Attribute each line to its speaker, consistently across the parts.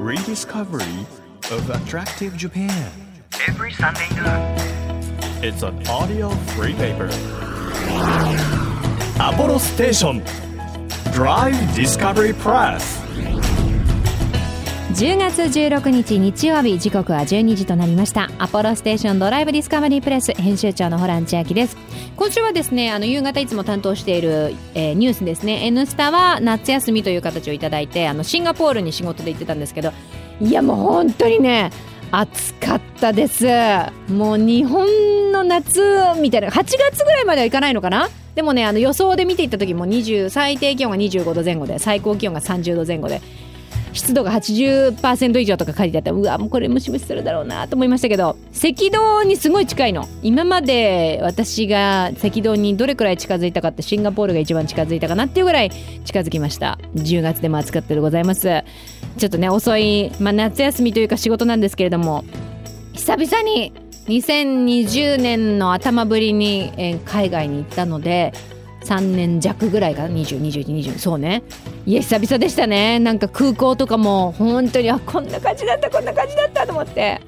Speaker 1: Rediscovery of Attractive Japan.
Speaker 2: every Sunday noon.
Speaker 1: It's an audio free paper. Apollo Station Drive Discovery Press.
Speaker 3: 10月16日日曜日時刻は12時となりましたアポロステーションドライブディスカバリープレス編集長のホラン千秋です今週はですねあの夕方いつも担当している、えーニュースですね「N スタ」は夏休みという形をいただいてあのシンガポールに仕事で行ってたんですけどいやもう本当にね暑かったですもう日本の夏みたいな8月ぐらいまではいかないのかなでもねあの予想で見ていった時も20最低気温が25度前後で最高気温が30度前後で湿度が80%以上とか書いてあったらうわもうこれムシムシするだろうなと思いましたけど赤道にすごい近いの今まで私が赤道にどれくらい近づいたかってシンガポールが一番近づいたかなっていうぐらい近づきました10月でも暑かったでございますちょっとね遅い、まあ、夏休みというか仕事なんですけれども久々に2020年の頭ぶりに、えー海外に行ったので3年弱ぐらいかな202120そうねいや久々でしたねなんか空港とかも本当にあこんな感じだったこんな感じだったと思って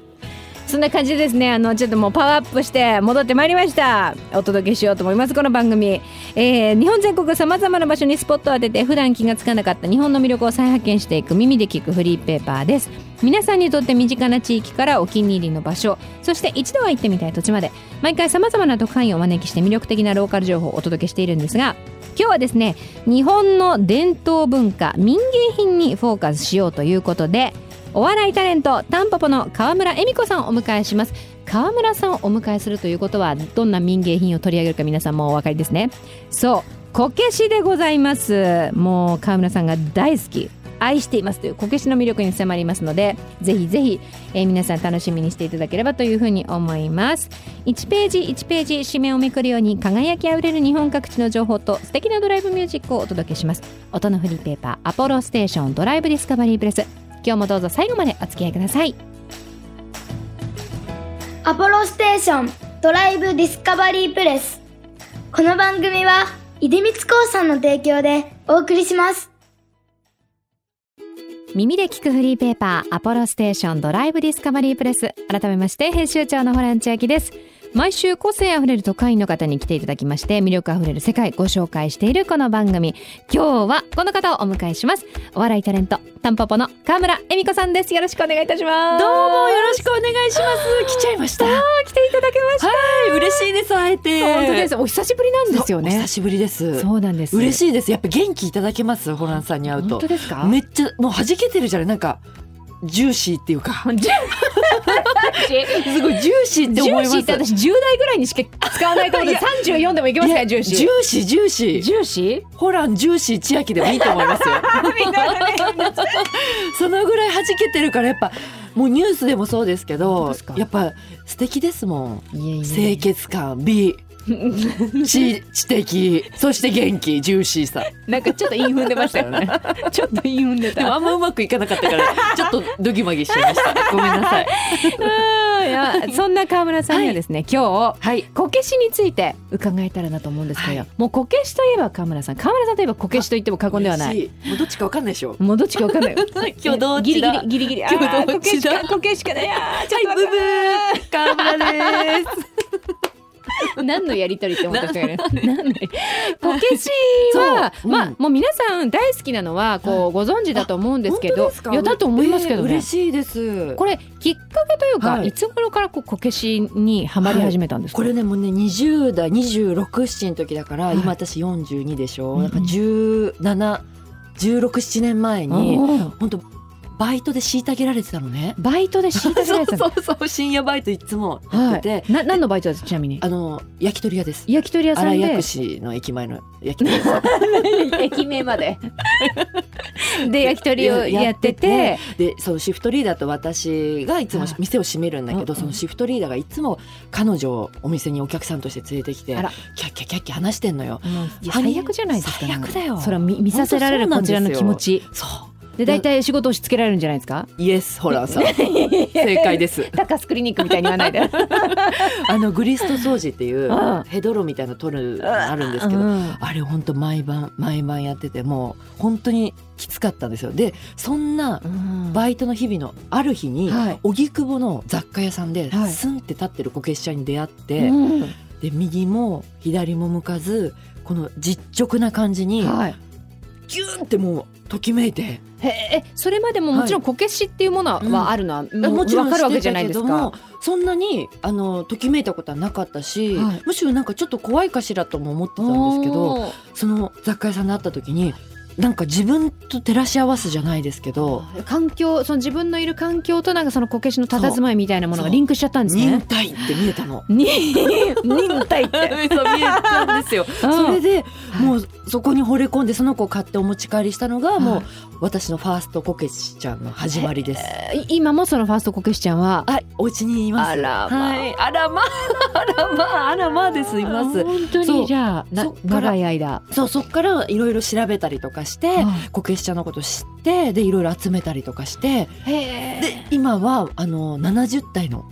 Speaker 3: そんな感じでですねあのちょっともうパワーアップして戻ってまいりましたお届けしようと思いますこの番組、えー日本全国さまざまな場所にスポットを当てて普段気がつかなかった日本の魅力を再発見していく耳で聞くフリーペーパーです皆さんにとって身近な地域からお気に入りの場所そして一度は行ってみたい土地まで毎回さまざまな特派員をお招きして魅力的なローカル情報をお届けしているんですが今日はですね日本の伝統文化民芸品にフォーカスしようということでお笑いタレントタンポポの川村恵美子さんをお迎えします川村さんをお迎えするということはどんな民芸品を取り上げるか皆さんもうお分かりですねそうこけしでございますもう川村さんが大好き愛していますというこけしの魅力に迫りますのでぜひぜひ、えー皆さん楽しみにしていただければというふうに思います1ページ1ページ紙面をめくるように輝きあふれる日本各地の情報と素敵なドライブミュージックをお届けします音のフリーペーパー「アポロステーションドライブ・ディスカバリー・プレス」今日もどうぞ最後までお付き合いください
Speaker 4: アポロステーションドライブディスカバリープレスこの番組は出光興産の提供でお送りします
Speaker 3: 耳で聞くフリーペーパー「アポロステーションドライブ・ディスカバリー・プレス」改めまして編集長のホラン千秋です毎週個性あふれる都会の方に来ていただきまして魅力あふれる世界ご紹介しているこの番組今日はこの方をお迎えしますお笑いタレントタンポポの川村恵美子さんですよろしくお願いいたします
Speaker 5: どうもよろしくお願いします。来ちゃいました。は
Speaker 3: く来ていただきました、
Speaker 5: い、嬉しいです。会えて。
Speaker 3: 本当ですお久しぶりなんですよ
Speaker 5: お
Speaker 3: ね
Speaker 5: 久しぶりです。
Speaker 3: そうなんです
Speaker 5: 嬉
Speaker 3: い
Speaker 5: しいです。やっぱ元気いただけます。ホランさんに会う
Speaker 3: 本
Speaker 5: と
Speaker 3: 当。ですか
Speaker 5: めっちゃもう弾けてるじゃない。なんかジューシーっていうか。
Speaker 3: ジューシー
Speaker 5: すごいジューシーって
Speaker 3: ジュ
Speaker 5: 思
Speaker 3: ー
Speaker 5: います。
Speaker 3: シーって私10代ぐらいにしか使わないと思うので34でもいけますか
Speaker 5: いや
Speaker 3: ジューシー
Speaker 5: ジューシージューシー
Speaker 3: ジューシ
Speaker 5: ホランジューシー千秋でもいいと思 いますよそのぐらい弾けてるからやっぱもうニュースでもそうですけ
Speaker 3: 当
Speaker 5: ど
Speaker 3: ですか
Speaker 5: やっぱ素敵ですもん
Speaker 3: ーいえいえ
Speaker 5: 清潔感 美知知的そして元気ジューシーさ
Speaker 3: なんかちょっと韻踏んでましたよ ねちょっと韻踏んで
Speaker 5: でも
Speaker 3: た
Speaker 5: あんまうまくいかなかったから ちょっとドギマギしちゃいましたごめんなさい
Speaker 3: いやそんな川村さんにはですね、今日
Speaker 5: はい
Speaker 3: こけしについて伺えたらなと思うんですけど、
Speaker 5: はい
Speaker 3: もうこけしといえば川村さん川村さんといえばこけしと言っても過言ではない
Speaker 5: 嬉しいもうどっちかわかんないでしょ
Speaker 3: もうどっちかわかんない
Speaker 5: 今日どっちだ
Speaker 3: ギリギリギリギリあ
Speaker 5: 今日
Speaker 3: ー
Speaker 5: ど
Speaker 3: こ
Speaker 5: っ
Speaker 3: け
Speaker 5: ち
Speaker 3: し
Speaker 5: だ
Speaker 3: かこけしかねあーちょっ
Speaker 5: はい
Speaker 3: とわかん
Speaker 5: ブ
Speaker 3: ない
Speaker 5: ブー川村です
Speaker 3: 何のやりとりって思った人がいる。 何のこけしは、
Speaker 5: そううん
Speaker 3: まあもう皆さん大好きなのはこうご存知だと思うんですけど、いやだと思いますけど
Speaker 5: えー
Speaker 3: ね
Speaker 5: 嬉。しいです
Speaker 3: これきっかけというか、、
Speaker 5: はいい
Speaker 3: つ頃からこうこけしにはまり始めたんですか。
Speaker 5: これねもうね20代2627の時だから、
Speaker 3: はい
Speaker 5: 今私42でしょ、
Speaker 3: うんうん
Speaker 5: なんか171617年前に
Speaker 3: おー
Speaker 5: 本当バイトで虐げられてたのね
Speaker 3: バイトで敷いたぐら
Speaker 5: そ
Speaker 3: いうです。
Speaker 5: そうそう深夜バイトいつもや
Speaker 3: は
Speaker 5: ってて、
Speaker 3: い。な何のバイトですちなみに。
Speaker 5: あの焼き鳥屋です
Speaker 3: 焼き鳥屋さ
Speaker 5: 荒
Speaker 3: ん
Speaker 5: 井
Speaker 3: で
Speaker 5: 薬師の駅前の焼き鳥屋さん
Speaker 3: 駅名まで で焼き鳥をやって
Speaker 5: や
Speaker 3: て
Speaker 5: でそのシフトリーダーと私がいつも
Speaker 3: はい
Speaker 5: 店を閉めるんだけど、
Speaker 3: うんうん
Speaker 5: そのシフトリーダーがいつも彼女をお店にお客さんとして連れてきて
Speaker 3: あら
Speaker 5: キャッキャッキャッキャ話してんのよ
Speaker 3: もういや最悪じゃないですか。
Speaker 5: 最悪だよ
Speaker 3: それは見見させられるこちらの気持ち。
Speaker 5: そう
Speaker 3: で大体仕事押し付けられるんじゃないですか
Speaker 5: イエスホランさん正解です
Speaker 3: ダカスクリニックみたいに言わ ないで
Speaker 5: あのグリスト掃除っていう
Speaker 3: うん
Speaker 5: ヘドロみたいなの取るのあるんですけど、
Speaker 3: うん
Speaker 5: あれ本当毎晩毎晩やっててもう本当にきつかったんですよでそんな
Speaker 3: うん
Speaker 5: バイトの日々のある日に、
Speaker 3: はい
Speaker 5: 荻窪の雑貨屋さんで、
Speaker 3: はい
Speaker 5: スンって立ってるこけしちゃんに出会って、
Speaker 3: うん
Speaker 5: で右も左も向かずこの実直な感じに、
Speaker 3: はい
Speaker 5: ギューンってもうときめいて
Speaker 3: へえそれまでももちろんこけしっていうものは
Speaker 5: うん
Speaker 3: はあるのは、も
Speaker 5: も
Speaker 3: ち
Speaker 5: ち
Speaker 3: ろ
Speaker 5: ろ
Speaker 3: ん
Speaker 5: ん
Speaker 3: わかるわけ
Speaker 5: 知
Speaker 3: じゃ
Speaker 5: って
Speaker 3: な
Speaker 5: た
Speaker 3: い
Speaker 5: け
Speaker 3: です
Speaker 5: ど
Speaker 3: か
Speaker 5: も。そんなにあのときめいたことはなかったし、
Speaker 3: はい
Speaker 5: むしろなんかちょっと怖いかしらとも思ってたんですけど
Speaker 3: おー
Speaker 5: その雑貨屋さんに会った時になんか自分と照らし合わすじゃないですけど
Speaker 3: 環境その自分のいる環境となんかそのこけしの佇まいみたいなものがリンクしちゃったんです
Speaker 5: 忍
Speaker 3: ね。
Speaker 5: 耐って見えた の。
Speaker 3: に忍耐っ
Speaker 5: そう
Speaker 3: て。
Speaker 5: 見えたんですよ それで
Speaker 3: い
Speaker 5: もうそこに惚れ込んでその子を買ってお持ち帰りしたのがも
Speaker 3: は
Speaker 5: う私のファーストこけしちゃんの始まりです。
Speaker 3: い今もそのファーストこけしちゃんは
Speaker 5: あ、お家にいます。
Speaker 3: あらまあ
Speaker 5: はい、あらまあ、あらまあ、あらまあですいます。
Speaker 3: 本当
Speaker 5: そ
Speaker 3: に
Speaker 5: う
Speaker 3: じゃあな
Speaker 5: そっから
Speaker 3: 長い間。
Speaker 5: そう、そっからいろいろ調べたりとかして、こけしちゃんのこと知って、で、いろいろ集めたりとかして、
Speaker 3: へ
Speaker 5: で、今は、あの、70代の、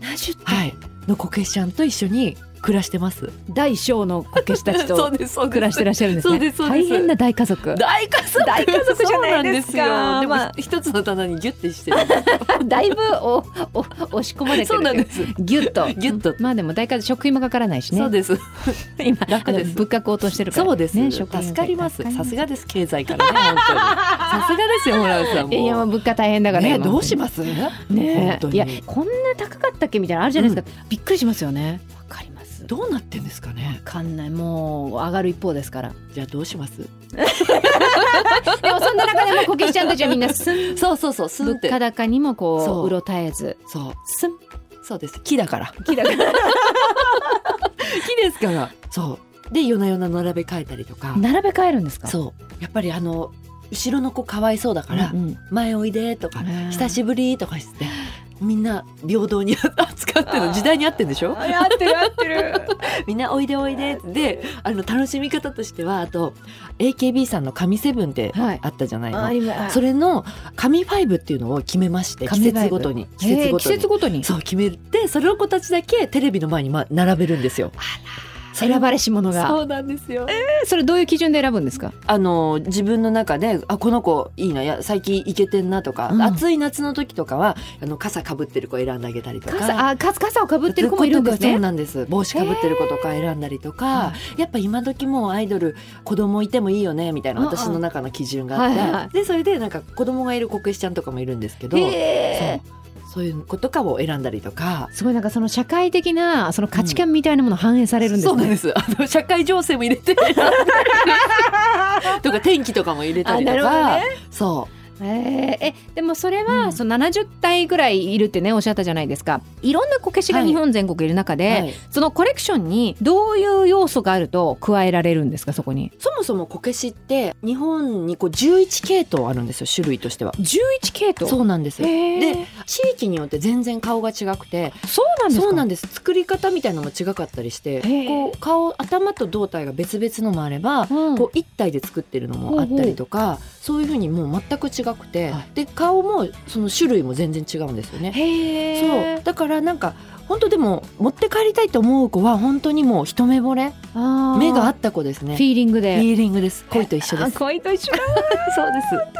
Speaker 3: 70
Speaker 5: はい、のこけしちゃんと一緒に暮らしてます。
Speaker 3: 大小のこけしたち と
Speaker 5: です、そう
Speaker 3: 暮らしてらっしゃるんですね。
Speaker 5: そうですそうです
Speaker 3: 大変な大家族。
Speaker 5: 大家族
Speaker 3: 大家族じゃないですか
Speaker 5: そうなんですよ。でも、
Speaker 3: まあ
Speaker 5: 一つの棚にギュッてしてるんです。
Speaker 3: だいぶおお押し込まれてる。
Speaker 5: そうなんです。
Speaker 3: ギュッと。
Speaker 5: ギュッと
Speaker 3: まあでも大家族食費もかからないしね。
Speaker 5: そうです。
Speaker 3: 今
Speaker 5: 楽で
Speaker 3: あ
Speaker 5: す
Speaker 3: の物価高騰してるから、ね。
Speaker 5: そうです。
Speaker 3: ね、食費も
Speaker 5: 助かります。
Speaker 3: 助か
Speaker 5: さすがです。経済からね、 本当に。さすがですよ、ホランさんも。
Speaker 3: いやいやもう物価大変だから
Speaker 5: ね
Speaker 3: 今
Speaker 5: どうします
Speaker 3: ね
Speaker 5: 本当に
Speaker 3: いやこんな高かったっけみたいなのあるじゃないですか、びっくりしますよねわかります
Speaker 5: どうなってんですかね
Speaker 3: わかんないもう上がる一方ですから
Speaker 5: じゃあどうします
Speaker 3: でもそんな中でもこけしちゃんたちはみんなすん
Speaker 5: そうそうそうすんっ
Speaker 3: 物
Speaker 5: て
Speaker 3: 価高にもこう
Speaker 5: そう
Speaker 3: うろたえず
Speaker 5: そう
Speaker 3: すん
Speaker 5: そうです木だから
Speaker 3: 木だから
Speaker 5: 木ですからそうで夜な夜な並べ替えたりとか
Speaker 3: 並べ替えるんですかう
Speaker 5: そうやっぱりあの後ろの子かわいそうだから
Speaker 3: んうん
Speaker 5: 「前おいで」とか
Speaker 3: あ
Speaker 5: 「
Speaker 3: ー
Speaker 5: 久しぶり」とかしてみんな平等に扱ってるの時代に合ってんでしょ
Speaker 3: あやってるやってる
Speaker 5: みんなおいでおいでであの楽しみ方としてはあと AKB さんの神セブンって
Speaker 3: はい
Speaker 5: あったじゃないの、
Speaker 3: あ今
Speaker 5: それの神ファイブっていうのを決めまして
Speaker 3: 神
Speaker 5: 季
Speaker 3: ファイブ
Speaker 5: 節ごとに季
Speaker 3: へ
Speaker 5: 節
Speaker 3: え
Speaker 5: ご
Speaker 3: 季
Speaker 5: とに
Speaker 3: 節ごとに
Speaker 5: そう決めてその子たちだけテレビの前に、ま、並べるんですよ。それ
Speaker 3: 選
Speaker 5: は
Speaker 3: ばれし者が
Speaker 5: うなんですよ。
Speaker 3: えそれどういう基準で選ぶんですか
Speaker 5: あの自分の中であこの子いいないや最近イケてんなとか、
Speaker 3: うん
Speaker 5: 暑い夏の時とかはあの傘かぶってる子選んであげたりとか。
Speaker 3: 傘あ傘傘をかぶってる子もいるんです
Speaker 5: そう
Speaker 3: ね
Speaker 5: なんです帽子かぶってる子とか選んだりとか、やっぱ今時もうアイドル子供いてもいいよねみたいな
Speaker 3: うんうん
Speaker 5: 私の中の基準があって、
Speaker 3: はいはい
Speaker 5: でそれでなんか子供がいるこけしちゃんとかもいるんですけど、
Speaker 3: へえ
Speaker 5: そうそういう子とかを選んだりとか。
Speaker 3: すごいなんかその社会的なその価値観みたいなもの反映されるんです
Speaker 5: そうなん
Speaker 3: ね。
Speaker 5: です。あの社会情勢も入れ てとか天気とかも入れたりと
Speaker 3: あな
Speaker 5: か、
Speaker 3: る
Speaker 5: そ
Speaker 3: えーえでもそれは、
Speaker 5: うん
Speaker 3: その70体ぐらいいるってねおっしゃったじゃないですかいろんなこけしが
Speaker 5: はい
Speaker 3: 日本全国いる中
Speaker 5: う、
Speaker 3: で、
Speaker 5: はい
Speaker 3: そのコレクションにどういう要素があると加えられるんですかそこに
Speaker 5: そもそもこけしって日本にこう11系統あるんですよ種類としては。
Speaker 3: 11系統
Speaker 5: そうなんですよ。
Speaker 3: へー
Speaker 5: で地域によって全然顔が違くて
Speaker 3: そうなんですか
Speaker 5: そうなんんです作り方みたいなのも違かったりして
Speaker 3: へー
Speaker 5: こう顔頭と胴体が別々のもあれば
Speaker 3: うん
Speaker 5: こう一体で作ってるのもあったりとか、そういうふうにもう全く違くて、
Speaker 3: はい
Speaker 5: で顔もその種類も全然違うんですよね。
Speaker 3: へ
Speaker 5: そうだからなんか本当でも持って帰りたいと思う子は本当にもう一目惚れ
Speaker 3: そう
Speaker 5: 目が合
Speaker 3: あ
Speaker 5: った子ですね
Speaker 3: フ
Speaker 5: フィ
Speaker 3: ィーリングで
Speaker 5: ーリングです恋と一緒で
Speaker 3: あ
Speaker 5: す
Speaker 3: 恋と一緒だ
Speaker 5: そうです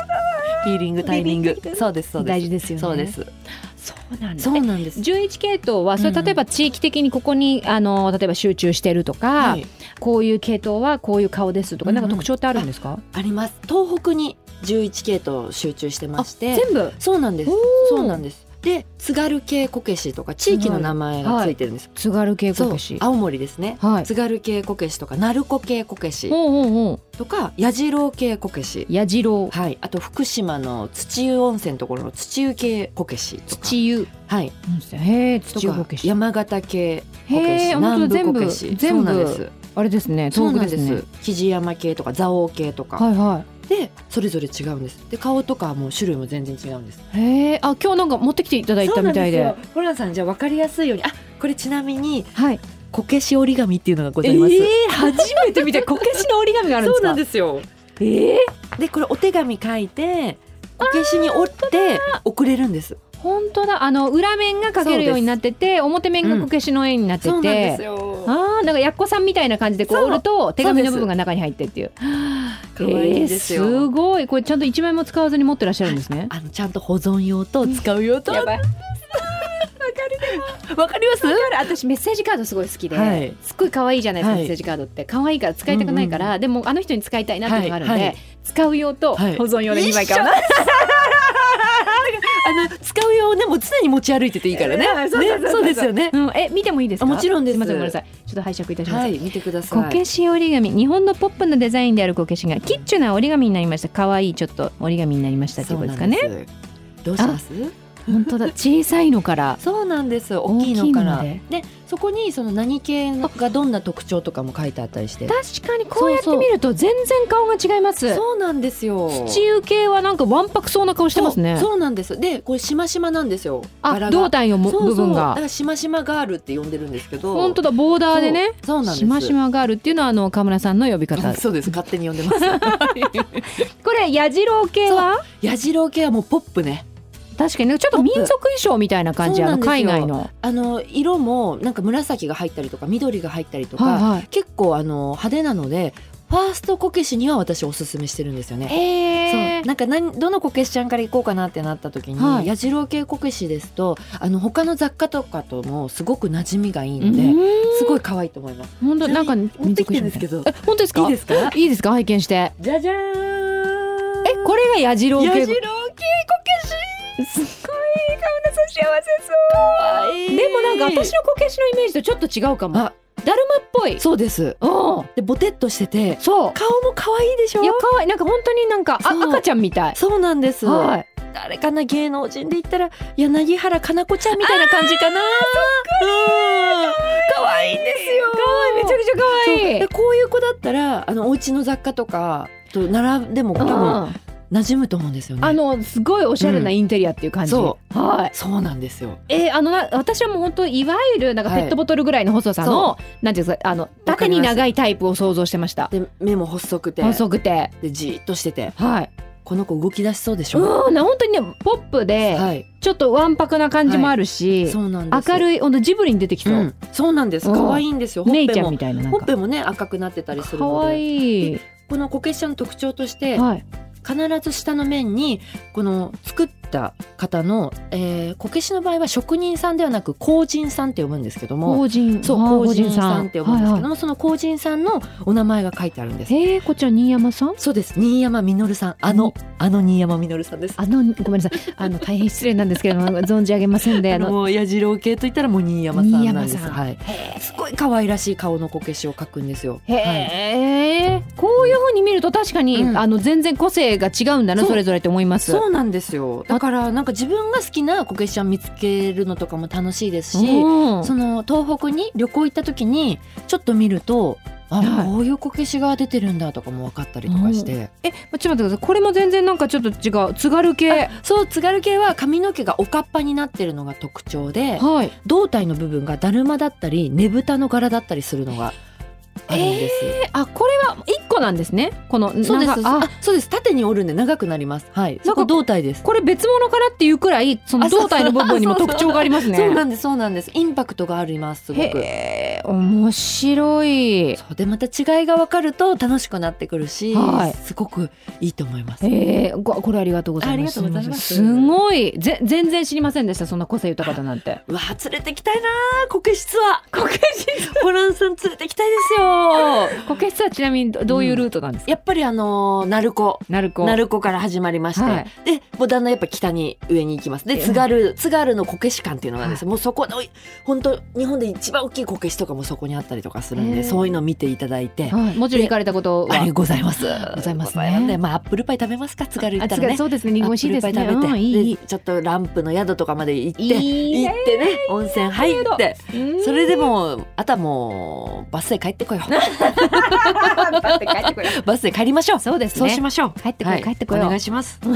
Speaker 5: フィーリングタイミングそうですそう
Speaker 3: 大
Speaker 5: で
Speaker 3: 事
Speaker 5: す
Speaker 3: ですよね
Speaker 5: そうです
Speaker 3: そうなんです
Speaker 5: そうなんです
Speaker 3: 11系統はそれ
Speaker 5: うん
Speaker 3: 例えば地域的にここに、あの例えば集中してるとか、
Speaker 5: はい
Speaker 3: こういう系統はこういう顔ですとか、
Speaker 5: うん
Speaker 3: な
Speaker 5: うんん
Speaker 3: か特徴ってあるんですか？
Speaker 5: あります東北に11系統集中してまして
Speaker 3: 全部。
Speaker 5: そうなんです
Speaker 3: おー
Speaker 5: そうなんですで津軽系こけしとか地域の名前がついてるんです、
Speaker 3: 津軽系
Speaker 5: そ
Speaker 3: こ
Speaker 5: う
Speaker 3: けし。
Speaker 5: 青森ですね
Speaker 3: はい。
Speaker 5: 津軽系こけしとか鳴子系こけし
Speaker 3: おうおうおう。
Speaker 5: とか矢次郎系こけし
Speaker 3: 矢次郎。
Speaker 5: はい、あと福島の土湯温泉のところの土湯系こけしとか
Speaker 3: 土湯。
Speaker 5: はい、
Speaker 3: へえ、
Speaker 5: と
Speaker 3: 土湯こ
Speaker 5: か
Speaker 3: けし。
Speaker 5: 山形系こけ
Speaker 3: へ
Speaker 5: し
Speaker 3: え、本
Speaker 5: 南
Speaker 3: 当だ全
Speaker 5: 部こけ
Speaker 3: 部
Speaker 5: し
Speaker 3: 全
Speaker 5: そうなんです
Speaker 3: 部あれですね。
Speaker 5: そう
Speaker 3: 東
Speaker 5: な
Speaker 3: 北
Speaker 5: ん
Speaker 3: で
Speaker 5: です
Speaker 3: ね
Speaker 5: す。木山系とか蔵王系とか、
Speaker 3: はいは
Speaker 5: でそれぞれ違うんですで顔とかはもう種類も全然違うんです
Speaker 3: い。へえ、あ今日なんか持ってきていただいたみたいで。
Speaker 5: よホランさんじゃあ分かりやすいようにあこれちなみに
Speaker 3: はい。
Speaker 5: こけし折り紙っていうのがご
Speaker 3: え
Speaker 5: ざいます、
Speaker 3: え、初めて見たこけしの折り紙があるんで
Speaker 5: そ
Speaker 3: す
Speaker 5: うな
Speaker 3: か
Speaker 5: ん？ですよ
Speaker 3: ええ、
Speaker 5: でこれお手紙書いてこけしに折って送れるんです
Speaker 3: 本当だあの裏面が描けるようになってて表面がこけしの絵になって
Speaker 5: そうなんです
Speaker 3: て、
Speaker 5: よ
Speaker 3: ああなんかやっこさんみたいな感じでこう
Speaker 5: そう
Speaker 3: 折ると手紙の部分が中に入ってっていう
Speaker 5: 可愛いですよ、
Speaker 3: えーすごいこれちゃんと一枚も使わずに持ってらっしゃるんですね
Speaker 5: あのちゃんと保存用と使う用と、
Speaker 3: ばい
Speaker 5: わかります
Speaker 3: 私メッセージカードすごい好きで、
Speaker 5: はい
Speaker 3: すっごい可愛いじゃないですか、
Speaker 5: はい
Speaker 3: メッセージカードって可愛いから使いたくないから、でもあの人に使いたいなっていうのがあるので、
Speaker 5: はいはい
Speaker 3: 使う用と保
Speaker 5: はい
Speaker 3: 存用で2枚買うな、
Speaker 5: あの使う用ねもう常に持ち歩いてていいからねねそうですよね
Speaker 3: うん、え見てもいいですか
Speaker 5: あもちろんで
Speaker 3: す
Speaker 5: す
Speaker 3: みませんごめんなさいちょっと拝借いたします、
Speaker 5: はい見てください
Speaker 3: こけし折り紙日本のポップなデザインであるこけしがキッチュな折り紙になりました可愛いちょっと折り紙になりましたっていうことですかね
Speaker 5: そうなんですどうします
Speaker 3: 本当だ小さいのから
Speaker 5: そうなんです大きいのから
Speaker 3: 大きいの
Speaker 5: でそこにその何系がどんな特徴とかも書いてあったりして
Speaker 3: 確かにこうやって見ると全然顔が違います
Speaker 5: そうなんですよ
Speaker 3: 土受けはなんかわんぱくそうな顔してますね
Speaker 5: そうそうなんですでこれしましまなんですよ柄
Speaker 3: あ
Speaker 5: が
Speaker 3: 胴体のも
Speaker 5: そうそう
Speaker 3: 部分
Speaker 5: だか
Speaker 3: が
Speaker 5: らしましまガールって呼んでるんですけど
Speaker 3: 本当だボーダーでね
Speaker 5: そうそうなんです
Speaker 3: しましまガールっていうのはあの河村さんの呼び方
Speaker 5: あ そうです勝手に呼んでます
Speaker 3: これ矢次郎系は
Speaker 5: 矢次郎系はもうポップね
Speaker 3: 確かにねちょっと民族衣装みたいな感じ
Speaker 5: そう
Speaker 3: あの
Speaker 5: なんですよ
Speaker 3: 海外の
Speaker 5: あの色もなんか紫が入ったりとか緑が入ったりとか、
Speaker 3: はいはい
Speaker 5: 結構あの派手なのでファーストこけしには私おすすめしてるんですよね。
Speaker 3: へ
Speaker 5: そ
Speaker 3: え
Speaker 5: うなんか何どのこけしちゃんから行こうかなってなった時に、
Speaker 3: はい
Speaker 5: 矢次郎系こけしですとあの他の雑貨とかともすごく馴染みがいいので、すごい可愛いと思います。
Speaker 3: 本当なんか民
Speaker 5: 持って
Speaker 3: 族
Speaker 5: きて
Speaker 3: 衣
Speaker 5: るん
Speaker 3: 装みたい
Speaker 5: ですけど
Speaker 3: なえ本当ですか
Speaker 5: いいですか
Speaker 3: いいですか拝見して
Speaker 5: じゃじゃーん
Speaker 3: えこれが矢次郎系
Speaker 5: 矢次郎系こけし
Speaker 3: すごい河村さん幸せそうでもなんか私のこけしのイメージとちょっと違うかもだ
Speaker 5: あ
Speaker 3: るまっぽい
Speaker 5: そうです
Speaker 3: うん
Speaker 5: でボテっとしてて
Speaker 3: そう
Speaker 5: 顔も可愛いでしょ
Speaker 3: いや可愛いなんか本当になんかあ
Speaker 5: そう
Speaker 3: 赤ちゃんみたい
Speaker 5: そうなんです、
Speaker 3: はい
Speaker 5: 誰かな芸能人で言ったら柳原かな子ちゃんみたいな感じかな可愛いんですよ
Speaker 3: めちゃくちゃ可
Speaker 5: そう
Speaker 3: 愛い
Speaker 5: でこういう子だったらあのお家の雑貨とかと並んでも多分
Speaker 3: うん
Speaker 5: 馴染むと思うんですよね
Speaker 3: あのすごいおしゃれなインテリアっていう感じ、
Speaker 5: うんそ
Speaker 3: はい
Speaker 5: そうなんですよ
Speaker 3: えーあのな私はもう本当いわゆるなんかペットボトルぐらいの細さの、なんていうんですかあの
Speaker 5: わか
Speaker 3: 縦
Speaker 5: ります
Speaker 3: に長いタイプを想像してました
Speaker 5: で目も細くて
Speaker 3: 細くて
Speaker 5: でじーっとしてて
Speaker 3: はい
Speaker 5: この子動き出しそうでしょ、
Speaker 3: うんな本当にねポップで、
Speaker 5: はい
Speaker 3: ちょっとわんぱくな感じもあるし、
Speaker 5: そうなんです
Speaker 3: 明るいほんとジブリに出てきそうう、
Speaker 5: ん、そうなんです
Speaker 3: うん
Speaker 5: 可愛いんですよほっ
Speaker 3: メ
Speaker 5: ぺ
Speaker 3: イちゃん
Speaker 5: も
Speaker 3: みたいななん
Speaker 5: ほっ
Speaker 3: か
Speaker 5: ぺもね赤くなってたりする
Speaker 3: 可
Speaker 5: ので
Speaker 3: 愛い
Speaker 5: このこけしちゃんの特徴として
Speaker 3: はい
Speaker 5: 必ず下の面にこの作った方の、えーこけしの場合は職人さんではなく工人さんって呼ぶんですけども
Speaker 3: 工人
Speaker 5: そう
Speaker 3: あー
Speaker 5: 工人さんって呼ぶんですけども、
Speaker 3: はいは
Speaker 5: その工人さんのお名前が書いてあるんです
Speaker 3: い、えー、こちら新山さん
Speaker 5: そうです新山実さんあのあの新山実さんです
Speaker 3: あのごめんなさいあの大変失礼なんですけれども存じ上げませんで
Speaker 5: あ
Speaker 3: あ
Speaker 5: の
Speaker 3: の
Speaker 5: もう矢次郎系と言ったらもう新山さんなんです
Speaker 3: 新山さん
Speaker 5: はい、すごい可愛らしい顔のこけしを描くんですよ
Speaker 3: へ
Speaker 5: はい
Speaker 3: え、こういうふうに見ると確かに、
Speaker 5: うん
Speaker 3: あの全然個性が違うんだな
Speaker 5: そう
Speaker 3: それぞれって思います。
Speaker 5: そうなんですよだからなんか自分が好きなこけしを見つけるのとかも楽しいですし、
Speaker 3: うん
Speaker 5: その東北に旅行行った時にちょっと見るとあ、
Speaker 3: はい
Speaker 5: こういうこけしが出てるんだとかも分かったりとかして、
Speaker 3: えちょっと待ってくださいこれも全然なんかちょっと違う津軽系。
Speaker 5: そう津軽系は髪の毛がおかっぱになってるのが特徴で
Speaker 3: はい、
Speaker 5: 胴体の部分がだるまだったりねぶたの柄だったりするのがあるんです。
Speaker 3: えあこれは一個なんですねこの
Speaker 5: そうです
Speaker 3: なんか
Speaker 5: あ
Speaker 3: あ
Speaker 5: そうです縦に折るんで長くなりますはいそこ胴体です
Speaker 3: これ別物からっていうくらいその
Speaker 5: あ そう
Speaker 3: 胴体の部分にも特徴がありますね。
Speaker 5: そうなんですそうなんですインパクトがありますすごく
Speaker 3: へえ面白い。
Speaker 5: そうでまた違いが分かると楽しくなってくるし、
Speaker 3: はい
Speaker 5: すごくいいと思います
Speaker 3: えー、ごこれありがとうございます。
Speaker 5: ありがとうございます
Speaker 3: すごいぜ全然知りませんでしたそんな個性豊かだなんて。
Speaker 5: うわ連れてきたいなーこけしツアーこけしホランさん連れてきたいですよ
Speaker 3: こけしはちなみにどどういうルートなんですか、
Speaker 5: やっぱりあのー鳴子
Speaker 3: 鳴子
Speaker 5: 鳴子から始まりまして、
Speaker 3: はい
Speaker 5: でもうだんだんやっぱ北に上に行きますで津軽津軽のこけし館っていうのがあるんですよ、もうそこの本当日本で一番大きいこけしとかもそこにあったりとかするん
Speaker 3: へ
Speaker 5: で
Speaker 3: ー
Speaker 5: そういうのを見ていただいて、
Speaker 3: はい、もちろん行かれたことは
Speaker 5: ありございます
Speaker 3: ございますね
Speaker 5: でまあアップルパイ食べますか津軽行
Speaker 3: あ
Speaker 5: った
Speaker 3: つ
Speaker 5: ら
Speaker 3: か
Speaker 5: ね
Speaker 3: そうですね、りんご美味しいですね。
Speaker 5: アップルパイ食べて、
Speaker 3: うんいいいい
Speaker 5: でちょっとランプの宿とかまで行って
Speaker 3: いい
Speaker 5: 行ってね温泉入って
Speaker 3: うん
Speaker 5: それでもあとはもうバスで帰って こようバスで帰りましょう
Speaker 3: そうですね
Speaker 5: そうしましょう
Speaker 3: 帰ってこい、
Speaker 5: はい
Speaker 3: 帰ってこいよ
Speaker 5: お願いします
Speaker 3: あ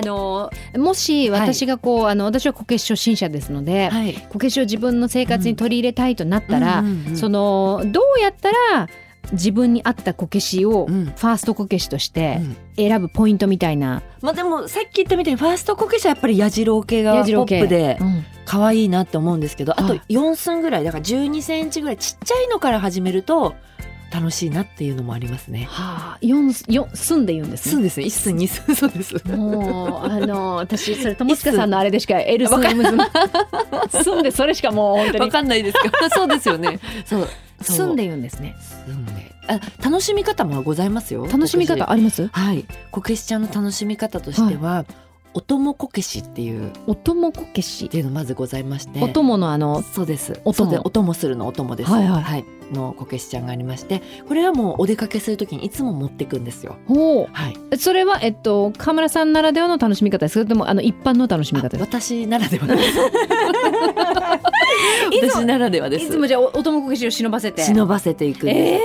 Speaker 3: のーもし私がこう、あの私はこけし初心者ですので、
Speaker 5: はい
Speaker 3: こけしを自分の生活に取り入れたいとなったら、
Speaker 5: うんうんうん
Speaker 3: そのどうやったら自分に合ったこけしをフ
Speaker 6: うん
Speaker 3: ァーストこけしとして
Speaker 6: うん
Speaker 3: 選ぶポイントみたいな、
Speaker 5: まあでもさっき言ったみたいにファーストこけしはやっぱり矢次郎系がポ
Speaker 3: 矢次郎系
Speaker 5: ップで
Speaker 3: うん
Speaker 5: 可愛いなって思うんですけどあと
Speaker 3: はい
Speaker 5: 4寸ぐらいだから12センチぐらいちっちゃいのから始めると楽しいなっていうのもありますね。
Speaker 3: はあ四四寸で言うんです
Speaker 5: 寸
Speaker 3: ね。
Speaker 5: ですね1寸2寸そうです。
Speaker 3: もうあ の私それ友近さんのあれでしか L 寸 M 寸寸でそれしかもう本当
Speaker 5: わ
Speaker 3: に
Speaker 5: かんないですけ どそうですよね。そう
Speaker 3: 寸で言うんですね
Speaker 5: 寸であ楽しみ方もございますよ。
Speaker 3: 楽しみ方あります
Speaker 5: はい、こけしちゃんの楽しみ方としては、お供こけしっていうっ
Speaker 3: お供こけして
Speaker 5: いうのまずございまして、
Speaker 3: お供のあの
Speaker 5: そうです、
Speaker 3: お供
Speaker 5: そうでお供するのお供です、
Speaker 3: はいはい
Speaker 5: のこけしちゃんがありまして、これはもうお出かけするときにいつも持ってくんですよ。
Speaker 3: ほう
Speaker 5: はい、
Speaker 3: えそれはえっと河村さんならではの楽しみ方ですそれともあの一般の楽しみ方ですか
Speaker 5: 私ならでは です。私ならではです。
Speaker 3: いつもじゃあおお供こけしを忍ばせて
Speaker 5: 忍ばせていくんです。
Speaker 3: え
Speaker 5: で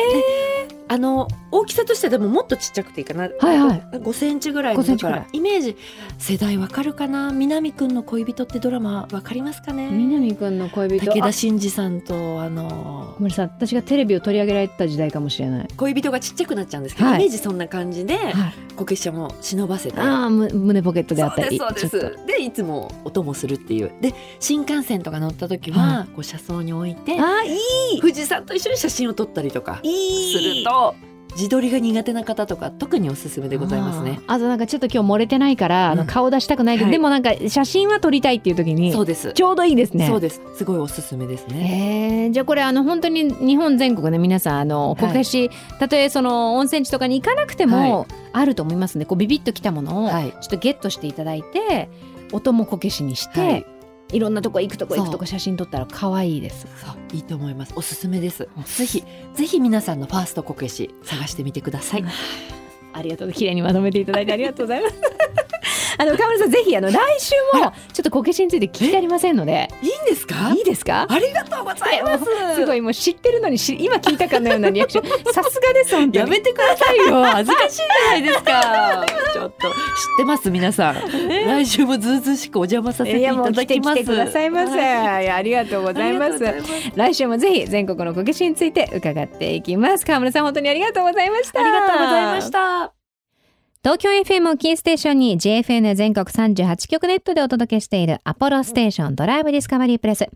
Speaker 5: あの大きさとしてはでももっとちっちゃくていいかな。
Speaker 3: はいはい
Speaker 5: 5センチぐらいの
Speaker 3: 5セン
Speaker 5: だ
Speaker 3: チぐ
Speaker 5: から
Speaker 3: い
Speaker 5: らイメージ世代わかるかな南くんの恋人ってドラマわかりますかね
Speaker 3: 南くんの恋人
Speaker 5: 武田
Speaker 3: あ
Speaker 5: 真治さんとあの
Speaker 3: ごめんなさい私がテレビを取り上げられてた時代かもしれない
Speaker 5: 恋人がちっちゃくなっちゃうんですけど、
Speaker 3: はい
Speaker 5: イメージそんな感じで
Speaker 3: はい
Speaker 5: こけしゃも忍ばせて
Speaker 3: ああむ胸ポケットであったり
Speaker 5: そうです
Speaker 3: ち
Speaker 5: そ
Speaker 3: ょ
Speaker 5: う
Speaker 3: っ
Speaker 5: ですでいつもお供するっていうで新幹線とか乗った時は、
Speaker 3: は
Speaker 5: こう車窓に置いて
Speaker 3: とああいい
Speaker 5: 富士山と一緒に写真を撮ったりとかすると自撮りが苦手な方とか特におすすめでございますね。
Speaker 3: あーあとなんかちょっと今日漏れてないから、あ
Speaker 5: う
Speaker 3: の
Speaker 5: ん
Speaker 3: 顔出したくないけど、
Speaker 5: はい
Speaker 3: でもなんか写真は撮りたいっていう時に
Speaker 5: そうです
Speaker 3: ちょうどいいですね
Speaker 5: そうですすごいおすすめですね。
Speaker 3: えーじゃあこれあの本当に日本全国で皆さんあの
Speaker 5: はい
Speaker 3: こけしたとえその温泉地とかに行かなくてもあると思いますのでこうビビッときたものをちょ
Speaker 5: はい。
Speaker 3: っとゲットしていただいて音もこけしにして、
Speaker 5: はい
Speaker 3: い、ろんなとこ行くとこ
Speaker 5: そう
Speaker 3: 行くとこ写真撮ったら可愛いです。
Speaker 5: そういいと思います。おすすめです。ぜひぜひ皆さんのファーストこけし探してみてください。
Speaker 3: ありがとう綺麗にまとめていただいてありがとうござい ます。あの岡村さんぜひあの来週
Speaker 5: あ
Speaker 3: もちょっとこけしについて聞き足りませんので
Speaker 5: いいんですか
Speaker 3: いいですか
Speaker 5: ありがとうございます。
Speaker 3: すごいもう知ってるのにし今聞いたかのようなリアクションさすがです本当に
Speaker 5: やめてくださ いよ。恥ずかしいじゃないですか。ちょっと知ってます皆さん。来週もずうずうしくお邪魔させていただき
Speaker 3: いやも
Speaker 5: ます。
Speaker 3: う来て来てくださいませ、
Speaker 5: はい
Speaker 3: い、やありがとうございます
Speaker 5: ありがとうございます
Speaker 3: 来週もぜひ全国のこけしについて伺っていきます河村さん本当にありがとうございました
Speaker 5: ありがとうございました。
Speaker 3: 東京 FM をキーステーションに JFN 全国38局ネットでお届けしているアポロステーションドライブディスカバリープレス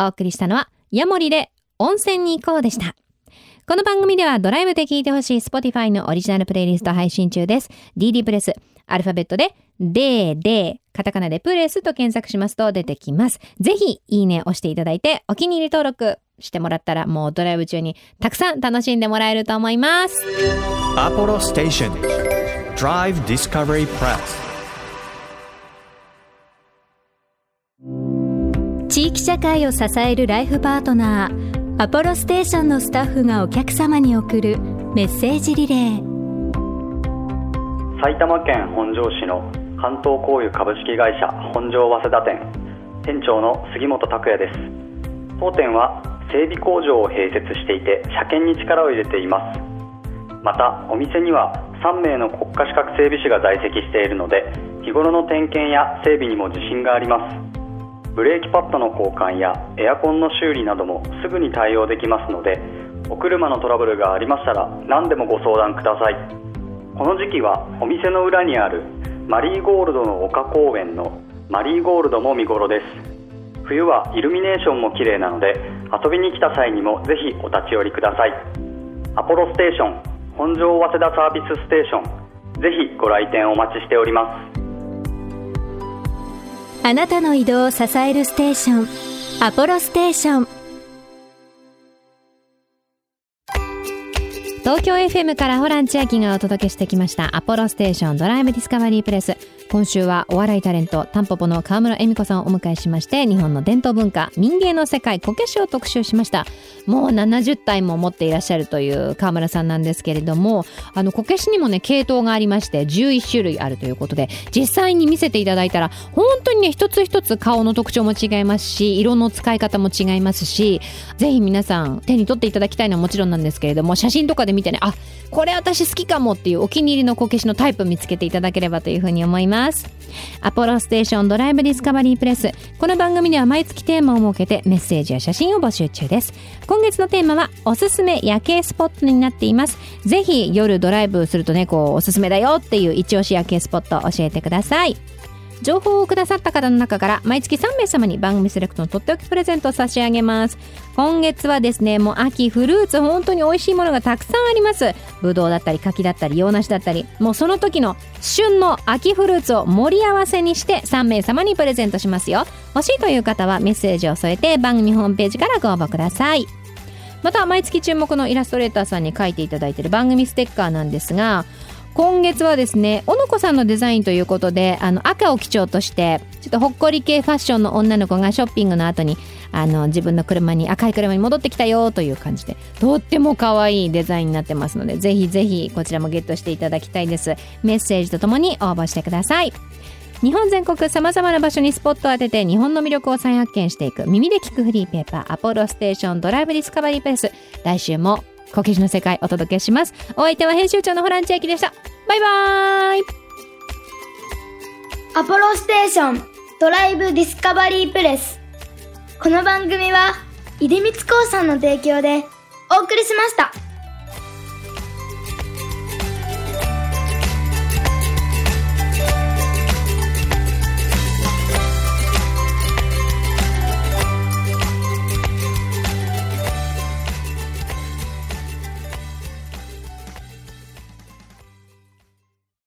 Speaker 3: お送りしたのはヤモリで温泉に行こうでしたこの番組ではドライブで聴いてほしい Spotify のオリジナルプレイリスト配信中です DD プレスアルファベットで DD カタカナでプレスと検索しますと出てきますぜひいいね押していただいてお気に入り登録してもらったらもうドライブ中にたくさん楽しんでもらえると思います
Speaker 1: Apollo Station. Drive Discovery Press.
Speaker 7: 地域社会を支えるライフパートナーアポロステーションのスタッフがお客様に送るメッセージリレー
Speaker 8: 埼玉県本庄市の関東工油株式会社本庄早稲田店店長の杉本拓也です当店は整備工場を併設していて車検に力を入れていますまたお店には3名の国家資格整備士が在籍しているので日頃の点検や整備にも自信がありますブレーキパッドの交換やエアコンの修理などもすぐに対応できますのでお車のトラブルがありましたら何でもご相談くださいこの時期はお店の裏にあるマリーゴールドの丘公園のマリーゴールドも見頃です冬はイルミネーションも綺麗なので遊びに来た際にもぜひお立ち寄りくださいアポロステーション本庄早稲田サービスステーションぜひご来店お待ちしております
Speaker 7: あなたの移動を支えるステーションアポロステーション
Speaker 3: 東京 FM からホラン千秋がお届けしてきました「アポロステーションドライブディスカバリープレス」今週はお笑いタレントタンポポの川村恵美子さんをお迎えしまして日本の伝統文化民芸の世界こけしを特集しましたもう70体も持っていらっしゃるという川村さんなんですけれどもあのこけしにもね系統がありまして11種類あるということで実際に見せていただいたら本当にね一つ一つ顔の特徴も違いますし色の使い方も違いますしぜひ皆さん手に取っていただきたいのはもちろんなんですけれども写真とかで見てねあこれ私好きかもっていうお気に入りのこけしのタイプ見つけていただければというふうに思いますアポロステーションドライブディスカバリープレスこの番組では毎月テーマを設けてメッセージや写真を募集中です今月のテーマはおすすめ夜景スポットになっていますぜひ夜ドライブするとねこうおすすめだよっていう一押し夜景スポットを教えてください情報をくださった方の中から毎月3名様に番組セレクトのとっておきプレゼントを差し上げます今月はですねもう秋フルーツ本当に美味しいものがたくさんありますぶどうだったり柿だったり洋梨だったりもうその時の旬の秋フルーツを盛り合わせにして3名様にプレゼントしますよ欲しいという方はメッセージを添えて番組ホームページからご応募くださいまた毎月注目のイラストレーターさんに書いていただいている番組ステッカーなんですが今月はですね小野子さんのデザインということであの赤を基調としてちょっとほっこり系ファッションの女の子がショッピングの後にあの自分の車に赤い車に戻ってきたよという感じでとっても可愛いデザインになってますのでぜひぜひこちらもゲットしていただきたいですメッセージとともに応募してください日本全国さまざまな場所にスポットを当てて日本の魅力を再発見していく耳で聞くフリーペーパーアポロステーションドライブディスカバリープレス来週もこけしの世界お届けしますお相手は編集長のホラン千秋でしたバイバーイ
Speaker 4: アポロステーションドライブディスカバリープレスこの番組は出光興産の提供でお送りしました。